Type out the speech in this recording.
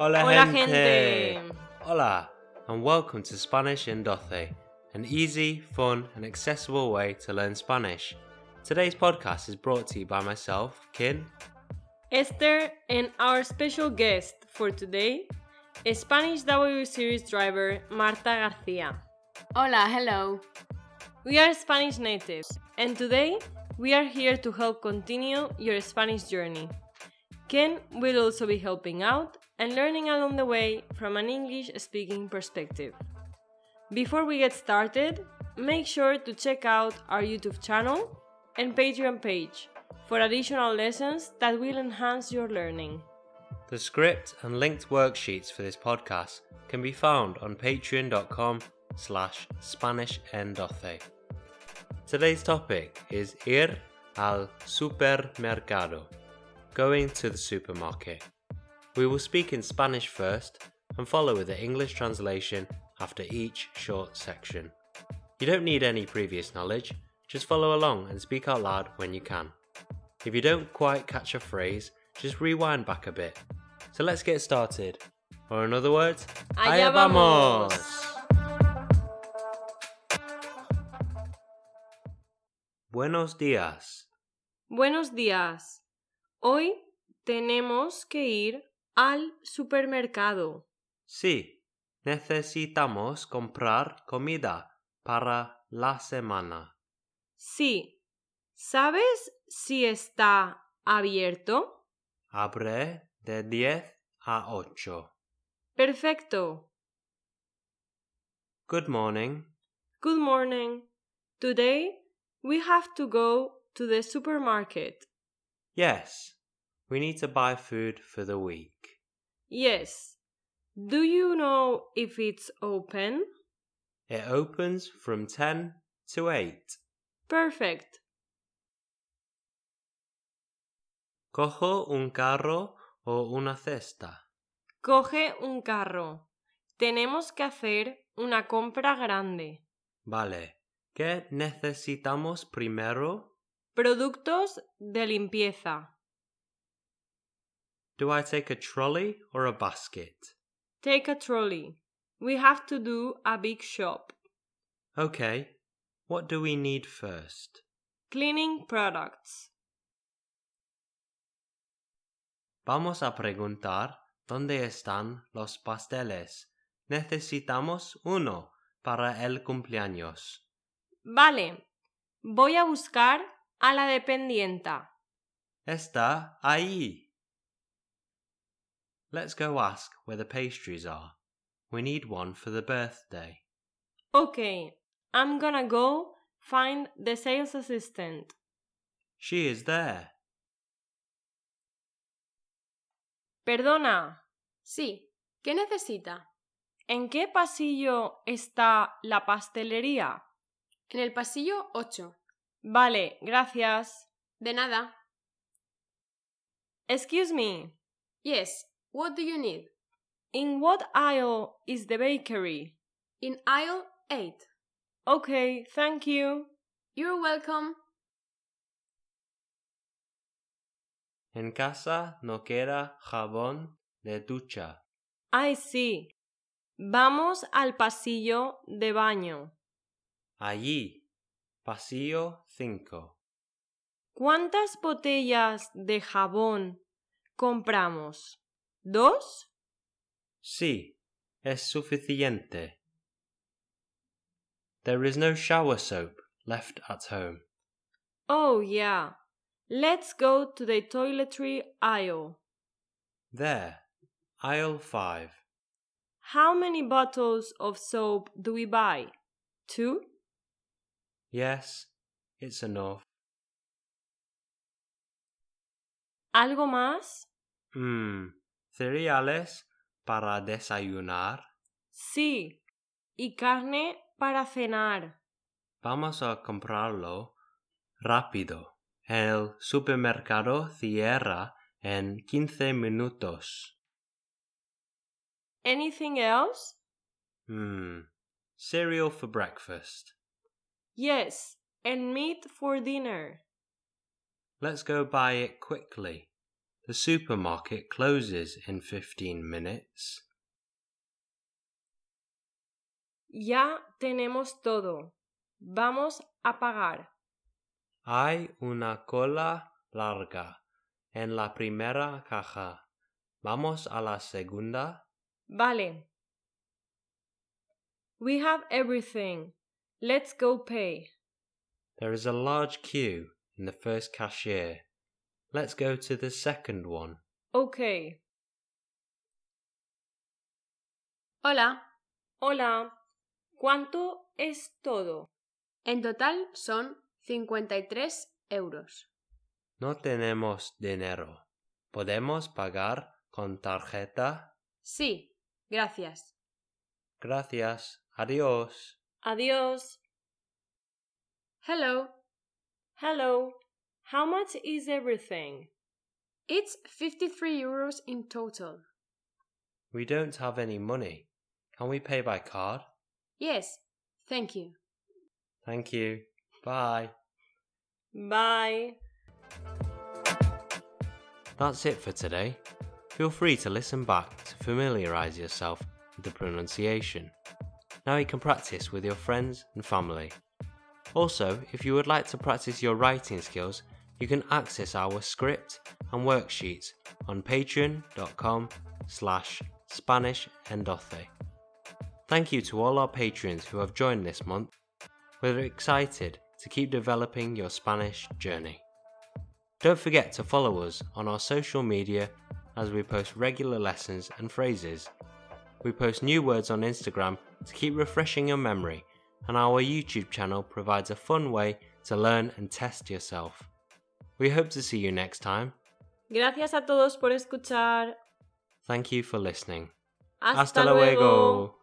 Hola, Hola, gente. gente. Hola, and welcome to Spanish in Doce, an easy, fun, and accessible way to learn Spanish. Today's podcast is brought to you by myself, Kin. Esther and our special guest for today, Spanish W Series driver Marta Garcia. Hola, hello. We are Spanish natives, and today we are here to help continue your Spanish journey. Ken will also be helping out and learning along the way from an English speaking perspective. Before we get started, make sure to check out our YouTube channel and Patreon page for additional lessons that will enhance your learning. The script and linked worksheets for this podcast can be found on patreon.com slash Spanish en Doce. Today's topic is ir al supermercado, going to the supermarket. We will speak in Spanish first and follow with the English translation after each short section. You don't need any previous knowledge, just follow along and speak out loud when you can. If you don't quite catch a phrase, just rewind back a bit. So let's get started. Or in other words, Allá vamos. Buenos días. Buenos días. Hoy tenemos que ir al supermercado. Sí, necesitamos comprar comida para la semana. Sí. ¿Sabes si está abierto? Abre de 10 a 8. Perfecto. Good morning. Good morning. Today we have to go to the supermarket. Yes, we need to buy food for the week. Yes. Do you know if it's open? It opens from 10 to 8. Perfect. Cojo un carro o una cesta. Coge un carro. Tenemos que hacer una compra grande. Vale. ¿Qué necesitamos primero? Productos de limpieza. Do I take a trolley or a basket? Take a trolley. We have to do a big shop. Okay. What do we need first? Cleaning products. Vamos a preguntar dónde están los pasteles. Necesitamos uno para el cumpleaños. Vale, voy a buscar a la dependienta. Está ahí. Let's go ask where the pastries are. We need one for the birthday. Okay, I'm gonna go find the sales assistant. She is there. Perdona, Sí, ¿qué necesita? ¿en qué pasillo está la pastelería? En el pasillo 8. Vale, gracias. De nada. Excuse me, Yes, what do you need? in what aisle is the bakery? In aisle 8. Okay, thank you. You're welcome. En casa no queda jabón de ducha. I see. Vamos al pasillo de baño. Allí. Pasillo 5. ¿Cuántas botellas de jabón compramos? ¿Dos? Sí, es suficiente. There is no shower soap left at home. Oh, yeah. Let's go to the toiletry aisle. There. Aisle 5. How many bottles of soap do we buy? Two? Yes, it's enough. ¿Algo más? Mmm, cereales para desayunar. Sí. Y carne para cenar. Vamos a comprarlo rápido. El supermercado cierra en 15 minutos. ¿Anything else? Mmm, cereal for breakfast. Yes. And meat for dinner. Let's go buy it quickly. The supermarket closes in 15 minutes. Ya tenemos todo. Vamos a pagar. Hay una cola larga en la primera caja. Vamos a la segunda. Vale. We have everything. Let's go pay. There is a large queue in the first cashier. Let's go to the second one. Okay. Hola. Hola. ¿Cuánto es todo? En total son 53 euros. No tenemos dinero. ¿Podemos pagar con tarjeta? Sí, gracias. Gracias. Adiós. Adiós. Hello. Hello. How much is everything? It's 53 euros in total. We don't have any money. Can we pay by card? Yes, thank you. Thank you. Bye. Bye. That's it for today. Feel free to listen back to familiarise yourself with the pronunciation. Now you can practice with your friends and family. Also, if you would like to practice your writing skills, you can access our script and worksheets on patreon.com slash Spanish Endothe. Thank you to all our patrons who have joined this month. We're excited to keep developing your Spanish journey. Don't forget to follow us on our social media as we post regular lessons and phrases. We post new words on Instagram to keep refreshing your memory, and our YouTube channel provides a fun way to learn and test yourself. We hope to see you next time. Gracias a todos por escuchar. Thank you for listening. Hasta, luego.